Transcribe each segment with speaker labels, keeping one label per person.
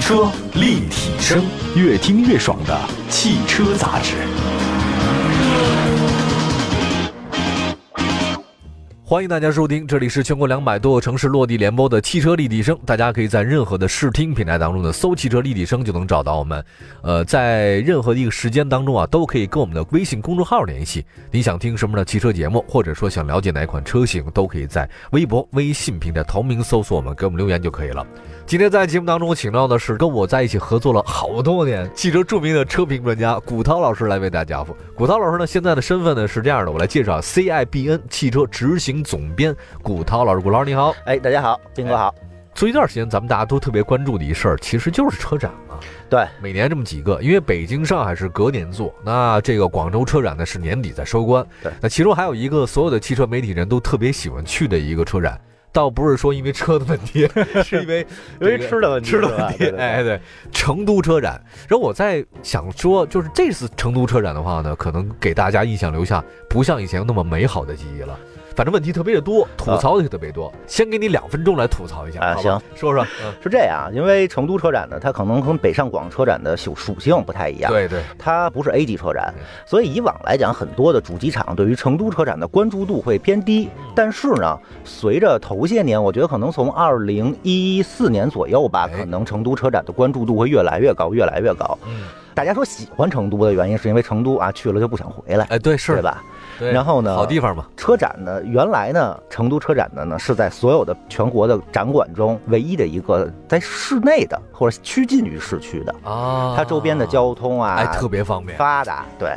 Speaker 1: 车立体声，越听越爽的汽车杂志。
Speaker 2: 欢迎大家收听，这里是全国两百多个城市落地联播的汽车立体声。大家可以在任何的视听平台当中呢搜“汽车立体声”就能找到我们。呃，在任何一个时间当中啊，都可以跟我们的微信公众号联系。你想听什么样的汽车节目，或者说想了解哪款车型，都可以在微博、微信平台同名搜索我们，给我们留言就可以了。今天在节目当中，请到的是跟我在一起合作了好多年汽车著名的车评专家古涛老师来为大家服务。古涛老师呢，现在的身份呢是这样的，我来介绍 CIBN 汽车执行总编古涛老师。古老师你好，
Speaker 3: 哎，大家好，斌哥好。
Speaker 2: 最近一段时间咱们大家都特别关注的一事儿，其实就是车展啊。
Speaker 3: 对，
Speaker 2: 每年这么几个，因为北京、上海是隔年做，那这个广州车展呢是年底再收官。
Speaker 3: 对
Speaker 2: 那其中还有一个所有的汽车媒体人都特别喜欢去的一个车展，倒不是说因为车的问 题，是因为
Speaker 3: 由于
Speaker 2: 这个
Speaker 3: 吃的问题，
Speaker 2: 吃的
Speaker 3: 是吧
Speaker 2: 问题
Speaker 3: 对，对对
Speaker 2: 哎对，成都车展。然后我在想说，就是这次成都车展的话呢，可能给大家印象留下不像以前那么美好的记忆了。反正问题特别的多，吐槽的也特别多。先给你两分钟来吐槽一下，
Speaker 3: 啊
Speaker 2: 好吧？说说。嗯，
Speaker 3: 是这样，啊因为成都车展呢，它可能跟北上广车展的属属性不太一样，
Speaker 2: 对对，
Speaker 3: 它不是 A 级车展
Speaker 2: 嗯，
Speaker 3: 所以以往来讲，很多的主机厂对于成都车展的关注度会偏低。
Speaker 2: 嗯
Speaker 3: 但是呢，随着头些年，我觉得可能从二零一四年左右吧，
Speaker 2: 哎
Speaker 3: 可能成都车展的关注度会越来越高，越来越高。
Speaker 2: 嗯，
Speaker 3: 大家说喜欢成都的原因，是因为成都啊去了就不想回来，
Speaker 2: 哎对是
Speaker 3: 对
Speaker 2: 的，
Speaker 3: 吧？
Speaker 2: 对
Speaker 3: 然后呢
Speaker 2: 好地方嘛，
Speaker 3: 车展呢，原来呢，成都车展呢呢是在所有的全国的展馆中唯一的一个在室内的或者趋近于市区的，
Speaker 2: 啊，
Speaker 3: 它周边的交通啊、
Speaker 2: 哎特别方便，
Speaker 3: 发达，对。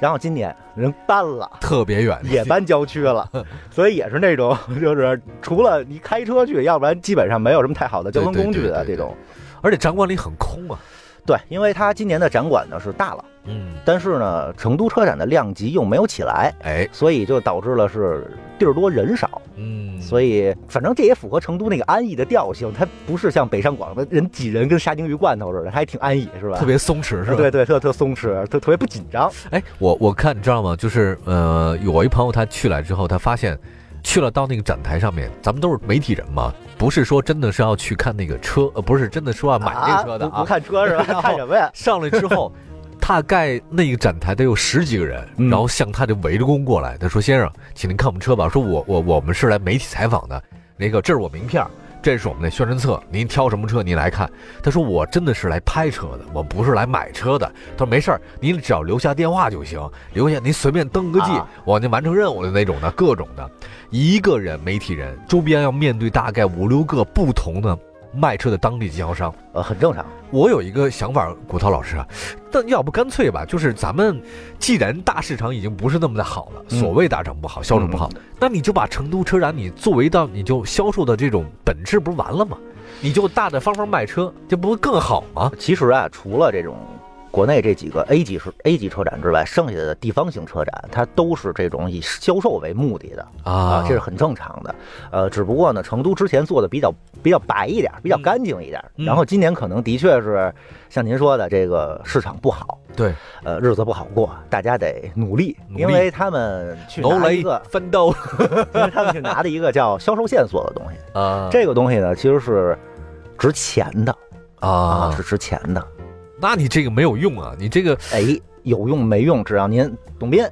Speaker 3: 然后今年人搬了，
Speaker 2: 特别远，
Speaker 3: 也搬郊区 了，所以也是那种 就是除了你开车去，要不然基本上没有什么太好的交通
Speaker 2: 对对
Speaker 3: 工具
Speaker 2: 对
Speaker 3: 的
Speaker 2: 对
Speaker 3: 这种。
Speaker 2: 而且展馆里很空啊。
Speaker 3: 对，因为它今年的展馆呢是大了，
Speaker 2: 嗯，
Speaker 3: 但是呢，成都车展的量级又没有起来，
Speaker 2: 哎，
Speaker 3: 所以就导致了是地儿多人少。
Speaker 2: 嗯，
Speaker 3: 所以，反正这也符合成都那个安逸的调性，它不是像北上广的人挤人跟沙丁鱼罐头似的，它还挺安逸，是吧？
Speaker 2: 特别松弛是吧？
Speaker 3: 对对，特特松弛，特特别不紧张。
Speaker 2: 哎，我我看你知道吗？就是呃，有一朋友他去来之后，他发现去了到那个展台上面，咱们都是媒体人嘛，不是说真的是要去看那个车，呃，不是真的说要买那个车的
Speaker 3: 啊
Speaker 2: 啊。
Speaker 3: 不不看车是吧？
Speaker 2: 然后
Speaker 3: 看什么呀？
Speaker 2: 上来之后，大概那个展台得有十几个人，
Speaker 3: 嗯
Speaker 2: 然后向他这围着攻过来。他说：“先生，请您看我们车吧。”说我：“我我们是来媒体采访的，那个这是我名片儿，这是我们的宣传册，您挑什么车您来看。”他说：“我真的是来拍车的，我不是来买车的。”他说：“没事儿，您只要留下电话就行，留下您随便登个记，
Speaker 3: 啊
Speaker 2: 我就完成任务的那种的，各种的。一个人媒体人周边要面对大概五六个不同的卖车的当地经销商。”
Speaker 3: 呃，很正常。
Speaker 2: 我有一个想法，古涛老师啊，但要不干脆吧，就是咱们既然大市场已经不是那么的好了，
Speaker 3: 嗯
Speaker 2: 所谓大市场不好，销售不好，那你就把成都车展你作为到你就销售的这种本质不是完了吗？你就大大方方卖车，这不更好吗？
Speaker 3: 其实啊，除了这种国内这几个 A 级是 A 级车展之外，剩下的地方型车展，它都是这种以销售为目的的啊，这是很正常的。呃，只不过呢，成都之前做的比较比较白一点，比较
Speaker 2: 嗯
Speaker 3: 干净一点。
Speaker 2: 嗯
Speaker 3: 然后今年可能的确是像您说的，这个市场不好，
Speaker 2: 对，
Speaker 3: 呃，日子不好过，大家得努力，
Speaker 2: 努力
Speaker 3: 因为他们去
Speaker 2: 楼
Speaker 3: 拿一
Speaker 2: 雷
Speaker 3: 个，
Speaker 2: 翻刀
Speaker 3: 因为他们去拿的一个叫销售线索的东西。
Speaker 2: 啊
Speaker 3: 这个东西呢，其实是值钱的啊，
Speaker 2: 啊
Speaker 3: 是，值钱的。
Speaker 2: 那你这个没有用啊，你这个
Speaker 3: 哎，有用没用，只要您董斌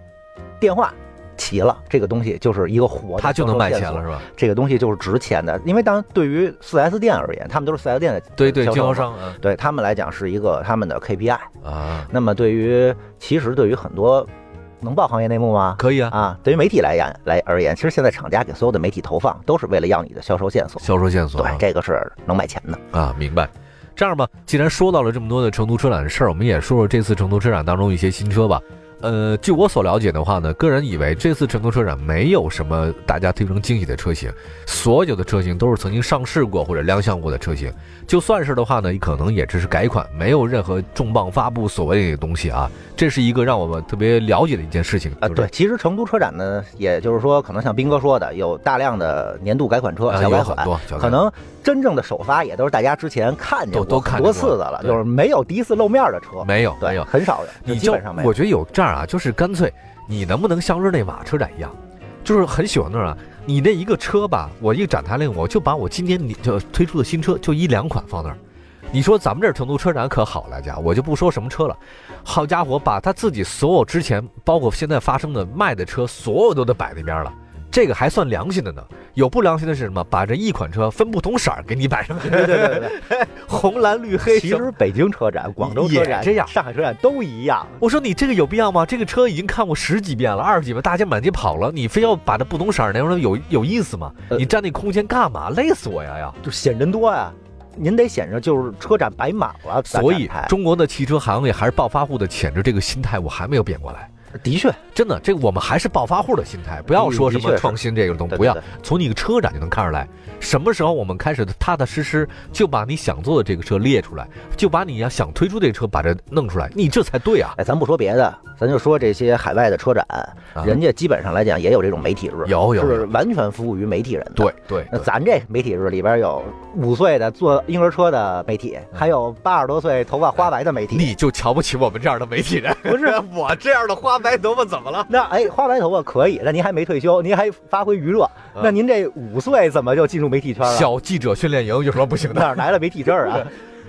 Speaker 3: 电话齐了，这个东西就是一个活的，
Speaker 2: 他就能卖钱了。是吧？
Speaker 3: 这个东西就是值钱的，因为当然对于 4S 店而言，他们都是 4S 店的
Speaker 2: 对对，
Speaker 3: 销
Speaker 2: 经
Speaker 3: 售嘛
Speaker 2: 销商啊
Speaker 3: 对他们来讲是一个他们的 KPI。
Speaker 2: 啊，
Speaker 3: 那么对于其实对于很多能报行业内幕吗？
Speaker 2: 可以啊，
Speaker 3: 啊，对于媒体来言来而言，其实现在厂家给所有的媒体投放都是为了要你的销售线索，
Speaker 2: 销售线索啊
Speaker 3: 对，这个是能卖钱的。
Speaker 2: 啊，明白。这样吧，既然说到了这么多的成都车展的事儿，我们也说说这次成都车展当中一些新车吧。呃，据我所了解的话呢，个人以为这次成都车展没有什么大家非常惊喜的车型，所有的车型都是曾经上市过或者亮相过的车型。就算是的话呢，可能也只是改款，没有任何重磅发布所谓的东西啊。这是一个让我们特别了解的一件事情就
Speaker 3: 啊，
Speaker 2: 是
Speaker 3: 对，其实成都车展呢，也就是说，可能像斌哥说的，有大量的年度改款车、
Speaker 2: 啊
Speaker 3: 小
Speaker 2: 有
Speaker 3: 改
Speaker 2: 很
Speaker 3: 款，
Speaker 2: 多小改
Speaker 3: 可能真正的首发也都是大家之前看见
Speaker 2: 都都
Speaker 3: 过
Speaker 2: 看见
Speaker 3: 很多
Speaker 2: 过
Speaker 3: 次的了，
Speaker 2: 对
Speaker 3: 就是没有第一次露面的车，
Speaker 2: 没有没
Speaker 3: 对，
Speaker 2: 有，
Speaker 3: 很少有，
Speaker 2: 哎你
Speaker 3: 基
Speaker 2: 就
Speaker 3: 本上没
Speaker 2: 我
Speaker 3: 有。
Speaker 2: 觉得有这样啊，就是干脆你能不能像日内瓦车展一样，就是很喜欢那儿啊。你那一个车吧，我一个展台里，我就把我今年你就推出的新车就一两款放那儿，你说咱们这儿成都车展可好了，家我就不说什么车了，好家伙，把他自己所有之前包括现在发生的卖的车，所有都得摆那边了。这个还算良心的呢，有不良心的是什么？把这一款车分不同色儿给你摆上，
Speaker 3: 对对对对，
Speaker 2: 红蓝绿黑。
Speaker 3: 其实北京车展、广州车
Speaker 2: 也
Speaker 3: 展
Speaker 2: 这样
Speaker 3: 上海车展都一样。
Speaker 2: 我说你这个有必要吗？这个车已经看过十几遍了，二十几遍，大家满街跑了，你非要把这不同色儿那种有有意思吗？
Speaker 3: 呃
Speaker 2: 你占那空间干嘛？累死我呀呀！
Speaker 3: 就显人多呀、啊您得显着就是车展摆满了，咱
Speaker 2: 所以
Speaker 3: 展台
Speaker 2: 中国的汽车行业还是暴发户的潜质，这个心态我还没有变过来。
Speaker 3: 的确
Speaker 2: 真的，这个我们还是暴发户的心态，不要说什
Speaker 3: 嗯的确
Speaker 2: 么
Speaker 3: 是
Speaker 2: 创新这个东西，
Speaker 3: 对
Speaker 2: 不要
Speaker 3: 对
Speaker 2: 从你车展就能看出来，什么时候我们开始踏踏实实就把你想做的这个车列出来，就把你要想推出这车把这弄出来，你这才对啊！
Speaker 3: 哎，咱不说别的，咱就说这些海外的车展，人家基本上来讲也有这种媒体日，
Speaker 2: 啊有有
Speaker 3: 是
Speaker 2: 有
Speaker 3: 完全服务于媒体人的。
Speaker 2: 对对
Speaker 3: 那
Speaker 2: 对，
Speaker 3: 咱这媒体日里边有五岁的坐婴儿车的媒体，
Speaker 2: 嗯
Speaker 3: 还有八十多岁头发花白的媒体。
Speaker 2: 你就瞧不起我们这样的媒体人？不是 我这样的花白头发怎么了？
Speaker 3: 那哎，花白头发可以，那您还没退休，您还发挥余热，那您这五岁怎么就进入媒体圈了？
Speaker 2: 嗯小记者训练营有什么不行的？
Speaker 3: 哪儿来的媒体证儿 啊？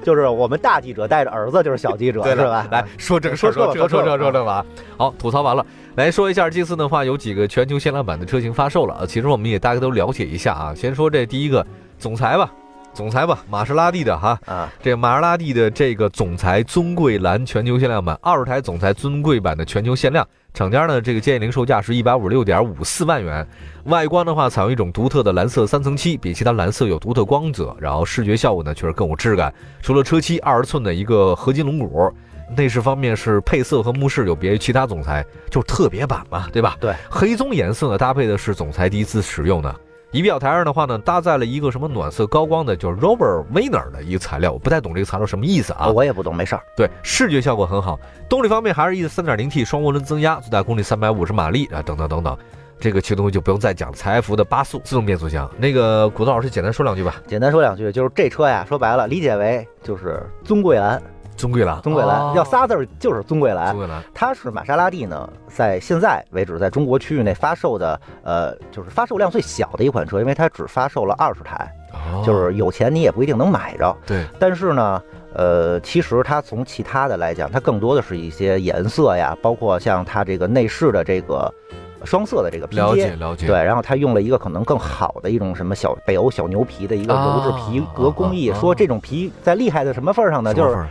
Speaker 3: 就是我们大记者带着儿子就是小记者，
Speaker 2: 对
Speaker 3: 是
Speaker 2: 了，
Speaker 3: 吧？
Speaker 2: 来说正事儿，
Speaker 3: 说
Speaker 2: 说
Speaker 3: 错
Speaker 2: 这说这
Speaker 3: 了说错了
Speaker 2: 说这吧。好，吐槽完了，来说一下这次的话，有几个全球限量版的车型发售了，呃其实我们也大概都了解一下啊。先说这第一个总裁吧，总裁吧，玛莎拉蒂的哈，
Speaker 3: 啊，
Speaker 2: 这玛莎拉蒂的这个总裁尊贵蓝全球限量版，二十台总裁尊贵版的全球限量，厂家呢这个建议零售价是一百五十六点五四万元。外观的话，采用一种独特的蓝色三层漆，比其他蓝色有独特光泽，然后视觉效果呢确实更有质感。除了车漆，二十寸的一个合金轮毂。内饰方面是配色和木饰有别于其他总裁，就是特别版嘛，对吧？
Speaker 3: 对，
Speaker 2: 黑棕颜色呢搭配的是总裁第一次使用的，仪表台上的话呢，搭载了一个什么暖色高光的，就是 Robert Wiener 的一个材料，我不太懂这个材料什么意思啊。
Speaker 3: 我也不懂，没事儿。
Speaker 2: 对，视觉效果很好。动力方面还是一3 3 0 T 双涡轮增压，最大功率350马力啊，等等等等。这个其中就不用再讲，采福的八速自动变速箱。那个古道老师简单说两句吧。
Speaker 3: 简单说两句，就是这车呀，说白了，理解为就是尊贵蓝，
Speaker 2: 尊贵蓝，
Speaker 3: 尊贵蓝，
Speaker 2: 哦
Speaker 3: 要仨字儿就是尊贵蓝
Speaker 2: 尊。贵蓝，
Speaker 3: 它是玛莎拉蒂呢，在现在为止，在中国区域内发售的，呃，就是发售量最小的一款车，因为它只发售了二十台，
Speaker 2: 哦
Speaker 3: 就是有钱你也不一定能买着。
Speaker 2: 对，
Speaker 3: 但是呢，呃，其实它从其他的来讲，它更多的是一些颜色呀，包括像它这个内饰的这个呃双色的这个拼
Speaker 2: 了
Speaker 3: 接
Speaker 2: 解，了解。
Speaker 3: 对，然后他用了一个可能更好的一种什么小北欧小牛皮的一个鞣制皮革工艺，
Speaker 2: 啊啊啊
Speaker 3: 说这种皮在厉害的什么份儿上呢？
Speaker 2: 什么
Speaker 3: 就
Speaker 2: 味
Speaker 3: 是
Speaker 2: 儿，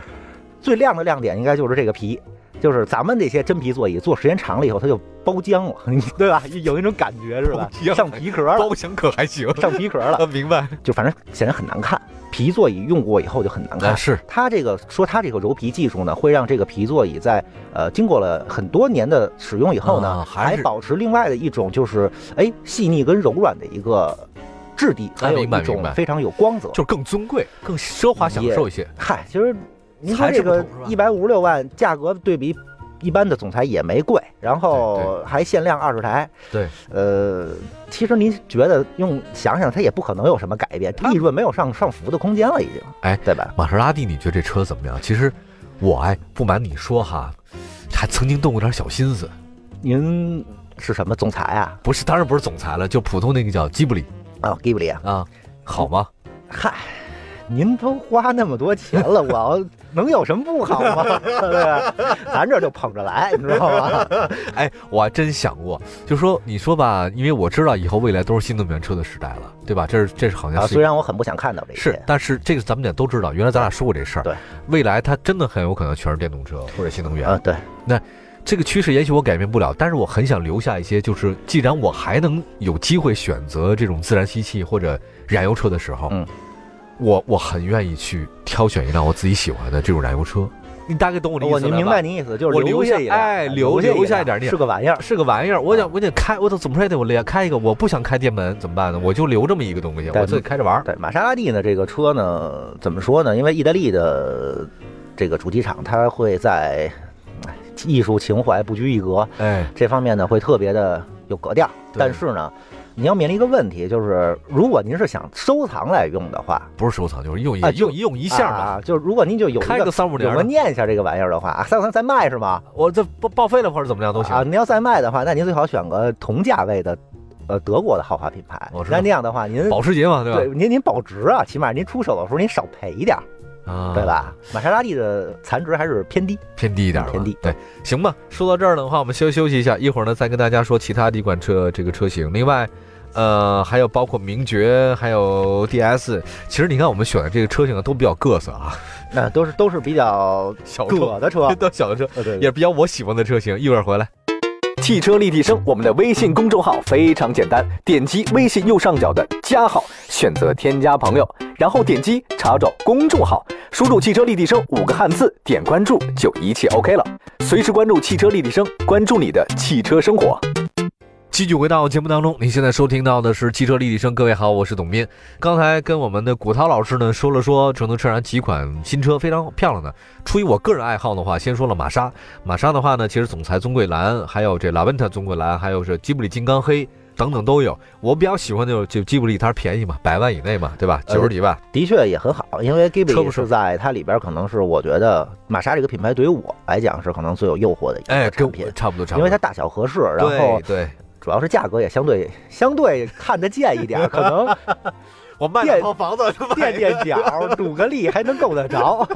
Speaker 3: 最亮的亮点应该就是这个皮。就是咱们这些真皮座椅坐时间长了以后，它就包浆了， 对吧？有那种感觉是吧
Speaker 2: 包浆？
Speaker 3: 上皮壳了，
Speaker 2: 包厢可还行。
Speaker 3: 上皮壳 了，
Speaker 2: 啊，明白。
Speaker 3: 就反正显得很难看。皮座椅用过以后就很难
Speaker 2: 啊，
Speaker 3: 看。
Speaker 2: 是
Speaker 3: 它这个说它这个柔皮技术呢，会让这个皮座椅在呃经过了很多年的使用以后呢，
Speaker 2: 啊还
Speaker 3: 还
Speaker 2: 是
Speaker 3: 保持另外的一种就是哎细腻跟柔软的一个质地，还有
Speaker 2: 啊明白
Speaker 3: 一种
Speaker 2: 明白
Speaker 3: 非常有光泽。
Speaker 2: 就是更尊贵、更奢华享受一些。
Speaker 3: 嗨，其实您说
Speaker 2: 材质
Speaker 3: 这
Speaker 2: 不同
Speaker 3: 个
Speaker 2: 是吧
Speaker 3: 一百五十六万价格对比。一般的总裁也没贵，然
Speaker 2: 对
Speaker 3: 后还限量二十台。
Speaker 2: 对，
Speaker 3: 呃，其实您觉得用想想，它也不可能有什么改变，
Speaker 2: 它
Speaker 3: 利润没有上上浮的空间了，已经。
Speaker 2: 啊哎
Speaker 3: 对吧？
Speaker 2: 玛莎拉蒂，你觉得这车怎么样？其实我哎，不瞒你说哈，还曾经动过点小心思。
Speaker 3: 您是什么总裁啊？
Speaker 2: 不是，当然不是总裁了，就普通那个叫吉布里
Speaker 3: 啊、g i b l i 啊，
Speaker 2: 啊，好吗？
Speaker 3: 嗨，您都花那么多钱了，我要 能有什么不好吗？对不对？咱这就捧着来，你知道 吗？
Speaker 2: 哎，我还真想过，就说你说吧，因为我知道以后未来都是新能源车的时代了，对吧？这是这是好像
Speaker 3: 啊，
Speaker 2: 是
Speaker 3: 虽然我很不想看到这些，
Speaker 2: 是，但是这个咱们俩都知道，原来咱俩说过这事儿。
Speaker 3: 对，
Speaker 2: 未来它真的很有可能全是电动车或者新能源。
Speaker 3: 啊，对，
Speaker 2: 这个趋势也许我改变不了，但是我很想留下一些，就是既然我还能有机会选择这种自然吸气或者燃油车的时候，
Speaker 3: 嗯，
Speaker 2: 我我很愿意去挑选一辆我自己喜欢的这种燃油车。你大概懂我的意思
Speaker 3: 哦我
Speaker 2: 了吧？
Speaker 3: 您明白您意思，就是
Speaker 2: 我
Speaker 3: 留
Speaker 2: 留下
Speaker 3: 一辆
Speaker 2: 哎留
Speaker 3: 留
Speaker 2: 留下一点
Speaker 3: 辆是个玩意儿。
Speaker 2: 是个玩意儿，
Speaker 3: 啊
Speaker 2: 我想我得开，我怎么说也得我连开一个，我不想开电门怎么办呢？我就留这么一个东西，
Speaker 3: 对
Speaker 2: 我自己开着玩儿。
Speaker 3: 对，玛莎拉蒂呢，这个车呢，怎么说呢？因为意大利的这个主机厂，它会在哎艺术情怀不拘一格，
Speaker 2: 哎，
Speaker 3: 这方面呢会特别的有格调。
Speaker 2: 对
Speaker 3: 但是呢，你要面临一个问题，就是如果您是想收藏来用的话，
Speaker 2: 不是收藏，就是用一
Speaker 3: 啊就
Speaker 2: 用一用一下嘛，
Speaker 3: 啊，就是如果您就有一
Speaker 2: 开个三五零
Speaker 3: 有
Speaker 2: 儿
Speaker 3: 个
Speaker 2: 的，
Speaker 3: 念想这个玩意儿的话，啊，三五三再卖是吗？
Speaker 2: 我这报报废了或者怎么样都行
Speaker 3: 啊，。您要再卖的话，那您最好选个同价位的，呃，德国的豪华品牌
Speaker 2: 我。知道
Speaker 3: 那那样的话，您啊
Speaker 2: 保时捷嘛，对吧？
Speaker 3: 对您您保值啊，起码您出手的时候您少赔一点儿，
Speaker 2: 啊，
Speaker 3: 对？吧？玛莎拉蒂的残值还是偏低。
Speaker 2: 偏低一点吧，
Speaker 3: 偏低
Speaker 2: 对，行吧。说到这儿的话，我们休休息一下，一会儿呢再跟大家说其他几款车这个车型。另外，呃，还有包括名爵，还有 DS。其实你看我们选的这个车型啊，都比较各色啊，
Speaker 3: 那都是都是比较
Speaker 2: 小
Speaker 3: 葛
Speaker 2: 车，，
Speaker 3: 的车
Speaker 2: 都小车，
Speaker 3: 对对
Speaker 2: 也比较我喜欢的车型。一会儿回来。
Speaker 1: 汽车立体声，我们的微信公众号非常简单，点击微信右上角的加号，选择添加朋友，然后点击查找公众号，输入“汽车立体声”五个汉字，点关注就一切 OK 了。随时关注汽车立体声，关注你的汽车生活。
Speaker 2: 继续回到节目当中，你现在收听到的是汽车立体声。各位好，我是董斌。刚才跟我们的古涛老师呢说了说成都车展几款新车非常漂亮的。出于我个人爱好的话，先说了玛莎。玛莎的话呢，其实总裁尊贵蓝，还有这拉文特尊贵蓝，还有这吉卜力金刚黑等等都有。我比较喜欢就是就吉卜力，它是便宜嘛，百万以内嘛，对吧？
Speaker 3: 呃
Speaker 2: 九十几万，
Speaker 3: 的确也很好，因为 Gibi
Speaker 2: 车不是
Speaker 3: 是在它里边可能是我觉得玛莎这个品牌对于我来讲是可能最有诱惑的一
Speaker 2: 哎，
Speaker 3: 个
Speaker 2: 跟
Speaker 3: 产
Speaker 2: 我
Speaker 3: 品，
Speaker 2: 差不多差不多。
Speaker 3: 因为它大小合适，然后
Speaker 2: 对对，
Speaker 3: 主要是价格也相对相对看得见 一点，可能
Speaker 2: 我卖
Speaker 3: 电
Speaker 2: 两套房子，
Speaker 3: 垫垫脚、努个力还能够 得着，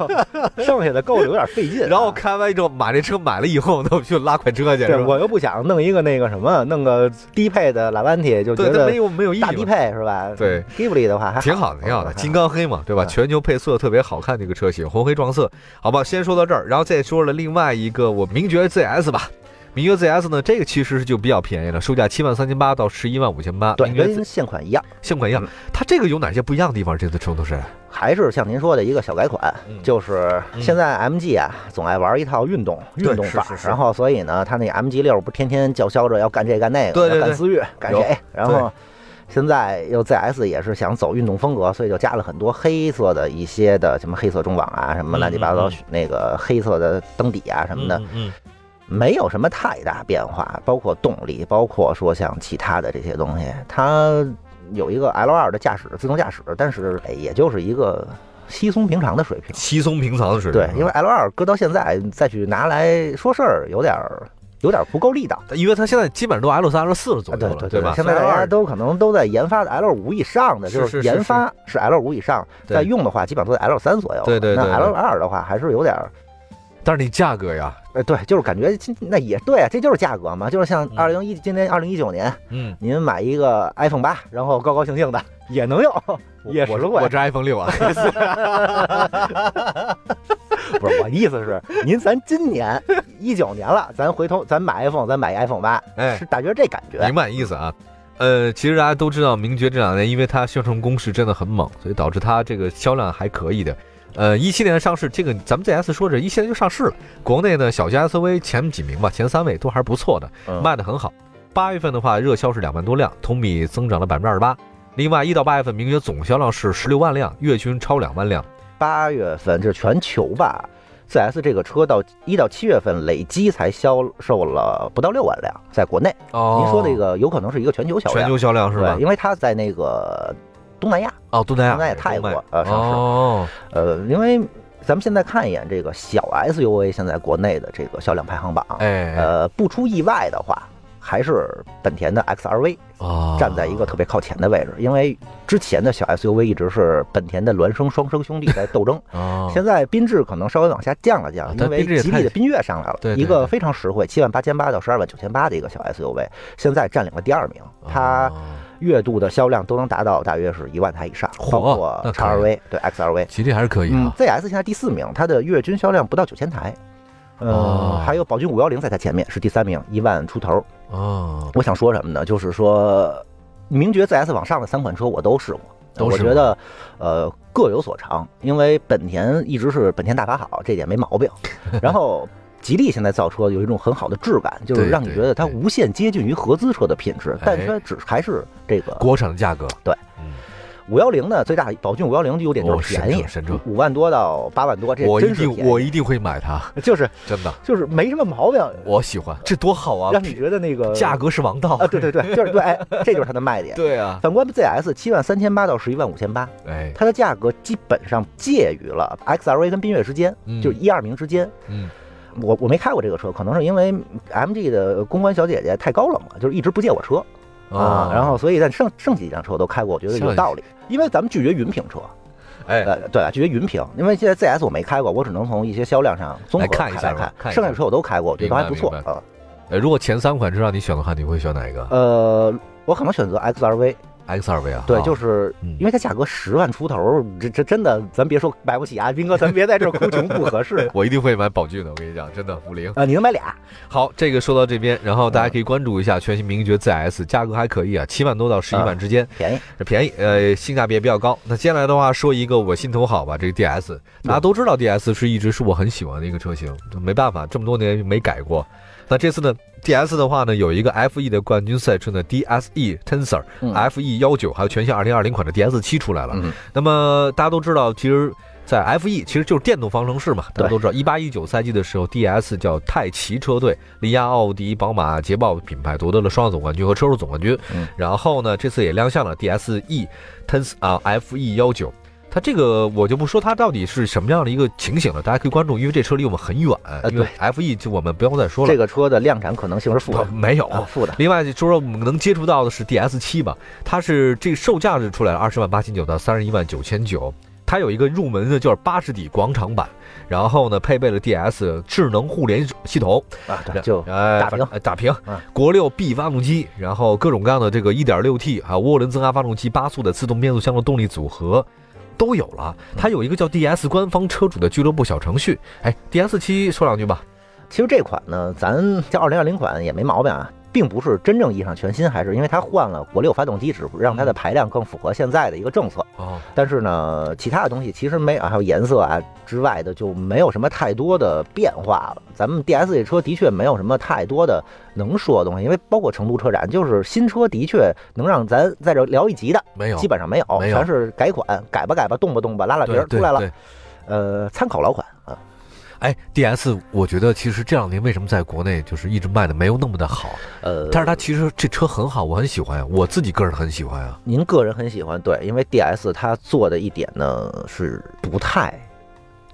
Speaker 3: 剩下的够着有点费劲啊。
Speaker 2: 然后开完之后把这车买了以后，那我去拉快车去，
Speaker 3: 对
Speaker 2: 是吧？
Speaker 3: 我又不想弄一个那个什么，弄个低配的拉万体，就觉
Speaker 2: 对，它
Speaker 3: 得
Speaker 2: 没有没有意义嘛。
Speaker 3: 大低配是吧？
Speaker 2: 对
Speaker 3: ，Ghibli 的话还
Speaker 2: 挺好的，挺好的，
Speaker 3: 还
Speaker 2: 金刚黑嘛，对吧？
Speaker 3: 嗯
Speaker 2: 全球配色特别好看，这个车型红黑撞色，好吧，先说到这儿，然后再说了另外一个我名爵 ZS 吧，名爵 ZS 呢，这个其实是就比较便宜了，售价七万三千八到十一万五千八，
Speaker 3: 对，
Speaker 2: 名爵 Z-
Speaker 3: 跟嗯现款一样。
Speaker 2: 像款一样，它这个有哪些不一样的地方？这次成都市，
Speaker 3: 还是像您说的一个小改款，
Speaker 2: 嗯
Speaker 3: 就是现在 MG 啊，总爱玩一套运动运
Speaker 2: 对
Speaker 3: 动
Speaker 2: 是
Speaker 3: 范
Speaker 2: 是
Speaker 3: 儿，
Speaker 2: 是
Speaker 3: 然后所以呢，他那 MG 六不天天叫嚣着要干这干那个，
Speaker 2: 对对
Speaker 3: 要
Speaker 2: 对
Speaker 3: 干思域，干
Speaker 2: 有
Speaker 3: 谁，然后现在又 ZS 也是想走运动风格，所以就加了很多黑色的一些的什么黑色中网啊，什么
Speaker 2: 嗯
Speaker 3: 乱七八糟
Speaker 2: 嗯
Speaker 3: 那个黑色的灯底啊什么的，
Speaker 2: 嗯嗯，
Speaker 3: 没有什么太大变化，包括动力，包括说像其他的这些东西，它有一个 L 二的驾驶，自动驾驶，但是哎也就是一个稀松平常的水平。
Speaker 2: 稀松平常的水平，
Speaker 3: 对，因为 L 二搁到现在再去拿来说事儿，有点儿有点儿不够力道。
Speaker 2: 因为它现在基本上都 L 三、L 四左
Speaker 3: 啊，
Speaker 2: 右
Speaker 3: 对
Speaker 2: 了，
Speaker 3: 对
Speaker 2: 吧？
Speaker 3: 现在大家
Speaker 2: 二
Speaker 3: 都可能都在研发 L 五以上的，
Speaker 2: 是
Speaker 3: 就是
Speaker 2: 是
Speaker 3: 研发是 L 五以上，
Speaker 2: 对
Speaker 3: 在用的话基本上都在 L 三左右。
Speaker 2: 对对对
Speaker 3: 那
Speaker 2: 对
Speaker 3: L 二的话还是有点儿
Speaker 2: 但是你价格呀，
Speaker 3: 呃，对，就是感觉今那也对啊，这就是价格嘛，就是像
Speaker 2: 嗯
Speaker 3: 二零一今年二零一九年，
Speaker 2: 嗯，
Speaker 3: 您买一个 iPhone 八，然后高高兴兴的 也能用，也实
Speaker 2: 我
Speaker 3: 惠
Speaker 2: 我。这 iPhone 六啊，
Speaker 3: 不是我意思是，您咱今年 一九年了，咱回头咱买 iPhone，咱买 iPhone 八，
Speaker 2: 哎
Speaker 3: 是，大约这感觉
Speaker 2: 明。白意思啊。呃，其实大家都知道，名爵这两年因为它宣传攻势真的很猛，所以导致它这个销量还可以的。呃，一七年上市，这个咱们 ZS 说着，一七年就上市了。国内呢，小型 SUV 前几名吧，前三位都还是不错的，
Speaker 3: 嗯
Speaker 2: 卖的很好。八月份的话，热销是两万多辆，同比增长了百分之二十八。另外，一到八月份，名爵总销量是十六万辆，月均超两万辆。
Speaker 3: 八月份这全球吧，4S 这个车到一到七月份累计才销售了不到六万辆，在国内。
Speaker 2: 哦
Speaker 3: 您说那个有可能是一个全球销
Speaker 2: 全
Speaker 3: 量，
Speaker 2: 球销量是吧
Speaker 3: 对，？因为它在那个东南亚，
Speaker 2: 哦，东南亚，
Speaker 3: 东南亚泰国
Speaker 2: 东南亚
Speaker 3: 呃上市
Speaker 2: 哦，
Speaker 3: 呃，因为咱们现在看一眼这个小 SUV 现在国内的这个销量排行榜，
Speaker 2: 哎，
Speaker 3: 呃，不出意外的话，还是本田的 XRV
Speaker 2: 哦，
Speaker 3: 站在一个特别靠前的位置，因为之前的小 SUV 一直是本田的孪生双生兄弟在斗争
Speaker 2: 哦，
Speaker 3: 现在缤智可能稍微往下降了
Speaker 2: 啊
Speaker 3: 降，
Speaker 2: 但
Speaker 3: 因为
Speaker 2: 缤智也
Speaker 3: 吉
Speaker 2: 太
Speaker 3: 利的缤越上来了
Speaker 2: 对，对
Speaker 3: 一
Speaker 2: 对
Speaker 3: 个非常实惠，七万八千八到十二万九千八的一个小 SUV，现在占领了第二名，它
Speaker 2: 哦
Speaker 3: 月度的销量都能达到大约是一万台以上，包
Speaker 2: 嚯
Speaker 3: 括
Speaker 2: 那可以
Speaker 3: XRV 对 XRV，
Speaker 2: 吉利还是可以
Speaker 3: 嗯
Speaker 2: 啊。
Speaker 3: ，ZS 现在第四名，它的月均销量不到九千台。
Speaker 2: 哦
Speaker 3: 呃，还有宝骏五幺零在它前面是第三名，一万出头。
Speaker 2: 哦，
Speaker 3: 我想说什么呢？就是说，名爵 ZS 往上的三款车我都试过，
Speaker 2: 都
Speaker 3: 我
Speaker 2: 试过
Speaker 3: 觉得，呃，各有所长。因为本田一直是本田大法好，这点 没毛病。然后，吉利现在造车有一种很好的质感，就是
Speaker 2: 对
Speaker 3: 让你
Speaker 2: 对
Speaker 3: 觉得它
Speaker 2: 对
Speaker 3: 无限接近于合资车的品质，但
Speaker 2: 哎
Speaker 3: 是它只还是这个
Speaker 2: 国产的价格，
Speaker 3: 对
Speaker 2: 嗯，
Speaker 3: 五幺零呢，最大宝骏五幺零就有点就
Speaker 2: 哦
Speaker 3: 是
Speaker 2: 神
Speaker 3: 便宜
Speaker 2: 车神车，
Speaker 3: 五万多到八万多，这
Speaker 2: 我一
Speaker 3: 真是
Speaker 2: 定
Speaker 3: 便宜
Speaker 2: 我一定会买 它，
Speaker 3: 就是
Speaker 2: 真的，
Speaker 3: 就是没什么毛病，
Speaker 2: 我喜欢，这多好啊
Speaker 3: 让！你觉得那个
Speaker 2: 价格是王道
Speaker 3: 啊，对 对对，就是对，哎，这就是它的卖点。
Speaker 2: 对啊，
Speaker 3: 反观 ZS 七万三千八到十一万五千八，
Speaker 2: 哎，
Speaker 3: 它的价格基本上介于了 XRV 跟缤越之间，
Speaker 2: 嗯
Speaker 3: 就是一二名之间。
Speaker 2: 嗯，
Speaker 3: 我我没开过这个车，可能是因为 MG 的公关小姐姐太高冷了，就是一直不借我车
Speaker 2: 啊哦
Speaker 3: 啊啊。然后所以但剩剩几辆车我都开过，我觉得有道理。因为咱们拒绝云品车，
Speaker 2: 哎，
Speaker 3: 呃，对吧？就云屏，因为现在 ZS 我没开过，我只能从一些销量上综合
Speaker 2: 来看一下
Speaker 3: 来
Speaker 2: 吧看一下
Speaker 3: 剩下的车我都开过，我觉得都还不错
Speaker 2: 明白明
Speaker 3: 啊。
Speaker 2: 呃如果前三款车让你选的话，你会选哪一个
Speaker 3: 呃，我可能选择 XRV，
Speaker 2: ？XRV 啊？
Speaker 3: 对，
Speaker 2: 啊
Speaker 3: 就是
Speaker 2: 嗯
Speaker 3: 因为它价格十万出头，这这真的，咱别说买不起啊，斌哥，咱别在这儿哭穷不合适
Speaker 2: 我一定会买宝骏的，我跟你讲，真的五菱。
Speaker 3: 啊。你能买俩，
Speaker 2: 好，这个说到这边，然后
Speaker 3: 嗯
Speaker 2: 大家可以关注一下全新名爵 ZS，价格还可以啊，七万多到十一
Speaker 3: 嗯
Speaker 2: 万之间，
Speaker 3: 便宜，
Speaker 2: 便宜，呃，性价比也比较高。那接下来的话说一个我心头好吧，这个 DS，大家都知道 DS 是一直是我很喜欢的一个车型，没办法，这么多年没改过。那这次呢，DS 的话呢，有一个 FE 的冠军赛车呢，DSE Tensor、
Speaker 3: 嗯
Speaker 2: FE 幺九，还有全新二零二零款的 DS 七出来了。
Speaker 3: 嗯
Speaker 2: 那么大家都知道，其实。在 FE 其实就是电动方程式嘛，大家
Speaker 3: 对
Speaker 2: 都知道，一八一九赛季的时候，DS 叫泰奇车队力压奥迪、宝马、捷豹品牌，夺得了双总冠军和车手总冠军。
Speaker 3: 嗯
Speaker 2: 然后呢，这次也亮相了 DSE Tens 啊 FE 幺九，它这个我就不说它到底是什么样的一个情形了，大家可以关注，因为这车离我们很远，因为 FE 就我们不用再说了，哦
Speaker 3: 呃这个车的量产可能性 是负的
Speaker 2: 不没有。
Speaker 3: 啊，负的。
Speaker 2: 另外就说说我们能接触到的是 DS 七吧，它是这个售价是出来了二十万八千九到三十一万九千九，它有一个入门的就是八十底广场版，然后呢配备了 DS 智能互联系统，
Speaker 3: 啊，对就
Speaker 2: 呃
Speaker 3: 打屏
Speaker 2: 呃打屏
Speaker 3: 嗯，
Speaker 2: 国六 B 发动机，然后各种各样的这个 1.6T 还有啊涡轮增压发动机、八速的自动变速箱的动力组合。都有了，它有一个叫 DS 官方车主的俱乐部小程序。哎，DS 七说两句吧。
Speaker 3: 其实这款呢，咱这二零二零款也没毛病啊，并不是真正意义上全新，还是因为它换了国六发动机，只不让它的排量更符合现在的一个政策。
Speaker 2: 哦，
Speaker 3: 但是呢，其他的东西其实没啊，还有颜色啊之外的就没有什么太多的变化了。咱们 DS 这车的确没有什么太多的能说的东西，因为包括成都车展，就是新车的确能让咱在这聊一集的，
Speaker 2: 没有，
Speaker 3: 基本上没有，
Speaker 2: 没有
Speaker 3: 全是改款，改吧改吧，动吧动吧，拉拉皮
Speaker 2: 对
Speaker 3: 儿出来。了
Speaker 2: 对。对
Speaker 3: 呃，参考老款啊，
Speaker 2: 哎，DS 我觉得其实这两年为什么在国内就是一直卖的没有那么的好，
Speaker 3: 呃，
Speaker 2: 但是它其实这车很好，我很喜欢呀，我自己个人很喜欢呀。
Speaker 3: 您个人很喜欢，对，因为 DS 它做的一点呢是不太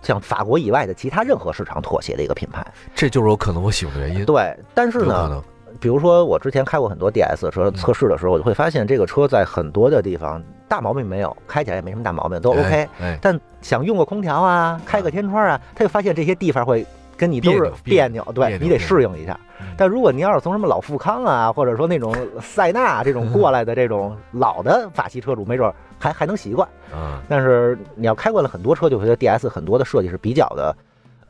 Speaker 3: 像法国以外的其他任何市场妥协的一个品牌。
Speaker 2: 这就是我可能我喜欢的原因。
Speaker 3: 对，但是
Speaker 2: 有可
Speaker 3: 呢，
Speaker 2: 能
Speaker 3: 比如说我之前开过很多 DS 的
Speaker 2: 嗯
Speaker 3: 车，测试的时候，我就会发现这个车在很多的地方大毛病没有，开起来也没什么大毛病，都 OK、
Speaker 2: 哎哎，
Speaker 3: 但想用个空调啊，开个天窗啊，他就发现这些地方会跟你都
Speaker 2: 别
Speaker 3: 是
Speaker 2: 扭别
Speaker 3: 别
Speaker 2: 扭
Speaker 3: 扭，
Speaker 2: 别扭
Speaker 3: 对你得适应一下
Speaker 2: 嗯。
Speaker 3: 但如果您要是从什么老富康啊，或者说那种塞纳啊这种过来的这种老的法系车主，没准儿还还能习惯。
Speaker 2: 啊，
Speaker 3: 但是你要开惯了很多车，就会觉得 DS 很多的设计是比较的，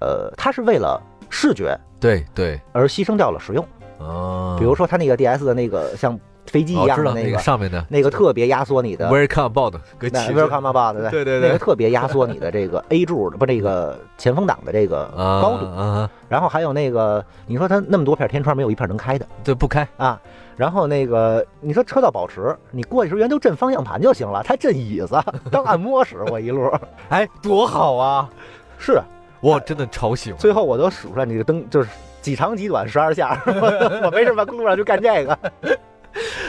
Speaker 3: 呃，它是为了视觉
Speaker 2: 对对，
Speaker 3: 而牺牲掉了实用。
Speaker 2: 啊，
Speaker 3: 比如说它那个 DS 的那个像飞机一
Speaker 2: 我
Speaker 3: 样
Speaker 2: 哦知
Speaker 3: 的
Speaker 2: 道
Speaker 3: 那
Speaker 2: 个
Speaker 3: 个，
Speaker 2: 上面的
Speaker 3: 那个特别压缩你的。
Speaker 2: Welcome Board 跟
Speaker 3: 那
Speaker 2: 骑
Speaker 3: Welcome Aboard，
Speaker 2: 对对对
Speaker 3: 那个特别压缩你的这个 A 柱，不，这个前风挡的这个
Speaker 2: 啊
Speaker 3: 高度，
Speaker 2: 啊，
Speaker 3: 然后还有那个，你说它那么多片天窗，没有一片能开的
Speaker 2: 对，不开，
Speaker 3: 啊。然后那个，你说车道保持，你过去时候原地震方向盘就行了，它震椅子 当按摩使，我 一路
Speaker 2: 哎，多好啊！
Speaker 3: 是。
Speaker 2: 我真的超喜欢。
Speaker 3: 最后我都数出来，你这个灯就是几长几短十二下， 我没事吧，路上就干这个。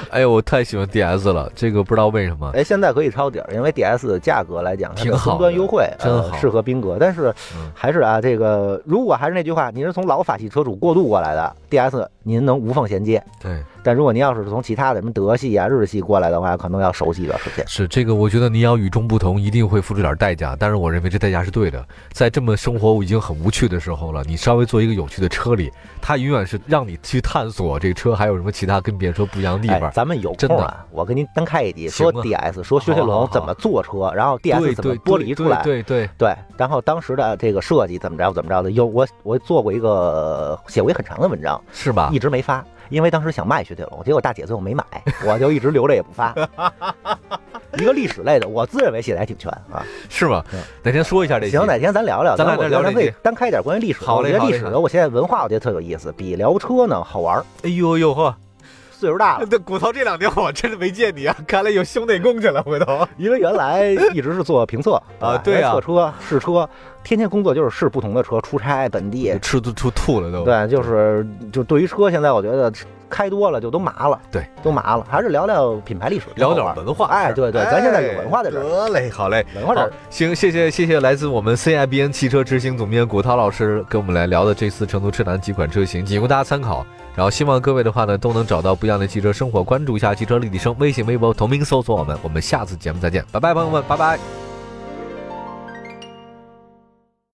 Speaker 2: 哎呦，我太喜欢 DS 了，这个不知道为什么。
Speaker 3: 哎，现在可以抄底儿，因为 DS 的价格来讲，它
Speaker 2: 挺
Speaker 3: 的
Speaker 2: 好
Speaker 3: 终端
Speaker 2: 的
Speaker 3: 优惠，
Speaker 2: 真
Speaker 3: 呃
Speaker 2: 好
Speaker 3: 适合宾格。但是
Speaker 2: 嗯
Speaker 3: 还是啊，这个如果还是那句话，您是从老法系车主过渡过来的，DS 您能无缝衔接。
Speaker 2: 对，
Speaker 3: 但如果您要是从其他的什么德系啊、日系过来的话，可能要熟悉一段时间。
Speaker 2: 是这个，我觉得你要与众不同，一定会付出点代价，但是我认为这代价是对的。在这么生活已经很无趣的时候了，你稍微做一个有趣的车里，它永远是让你去探索这个车还有什么其他跟别的车不一样的地
Speaker 3: 哎
Speaker 2: 方，。
Speaker 3: 咱们有
Speaker 2: 真
Speaker 3: 空啊，我跟您单开一集，说
Speaker 2: 行啊
Speaker 3: DS，说雪
Speaker 2: 好
Speaker 3: 铁
Speaker 2: 好
Speaker 3: 龙
Speaker 2: 好
Speaker 3: 怎么坐车，然后 DS
Speaker 2: 对
Speaker 3: 怎么
Speaker 2: 对，
Speaker 3: 剥离出来，
Speaker 2: 对对对，
Speaker 3: 对，然后当时的这个设计怎么着怎么着的，有我我做过一个写过一很长的文章，
Speaker 2: 是吧
Speaker 3: 一？直没发，因为当时想卖雪铁龙，结果大姐最 后没买，我就一直留着也不发。一个历史类的，我自认为写的还挺全啊。
Speaker 2: 是吧
Speaker 3: 嗯？
Speaker 2: 哪天说一下这
Speaker 3: 行，
Speaker 2: 期
Speaker 3: 哪天咱聊聊，
Speaker 2: 咱俩
Speaker 3: 我
Speaker 2: 再聊
Speaker 3: 咱
Speaker 2: 这
Speaker 3: 可以
Speaker 2: 集
Speaker 3: 单开一点关于历史的。
Speaker 2: 好
Speaker 3: 我
Speaker 2: 嘞
Speaker 3: 觉得
Speaker 2: 好嘞
Speaker 3: 历史
Speaker 2: 好嘞
Speaker 3: 的，我现在文化我觉得特有意思，比聊车呢好玩儿。
Speaker 2: 哎呦呦呵，
Speaker 3: 岁数大 了，
Speaker 2: 那骨头这两天我真的没见你啊，看来有兄弟供去了，回头。
Speaker 3: 因为原来一直是做评测
Speaker 2: 啊
Speaker 3: 吧
Speaker 2: 对啊
Speaker 3: 测车试车，天天工作就是试不同的车，出差本地，
Speaker 2: 吃都出吐了都。
Speaker 3: 对，就是就对于车，现在我觉得开多了就都麻了，
Speaker 2: 对，
Speaker 3: 都麻了，还是聊聊品牌历史，
Speaker 2: 聊
Speaker 3: 挺好
Speaker 2: 点
Speaker 3: 玩
Speaker 2: 文化，哎
Speaker 3: 哎，对对，咱现在有文化在这儿，
Speaker 2: 得嘞，好嘞，
Speaker 3: 文化这
Speaker 2: 好
Speaker 3: 儿，，
Speaker 2: 行，谢谢谢谢来自我们 CIBN 汽车执行总监古涛老师跟我们来聊的这次成都车展几款车型，仅供大家参考。然后希望各位的话呢，都能找到不一样的汽车生活，关注一下汽车立体声微信、微博同名搜索我们，我们下次节目再见，拜拜，朋友们，拜拜。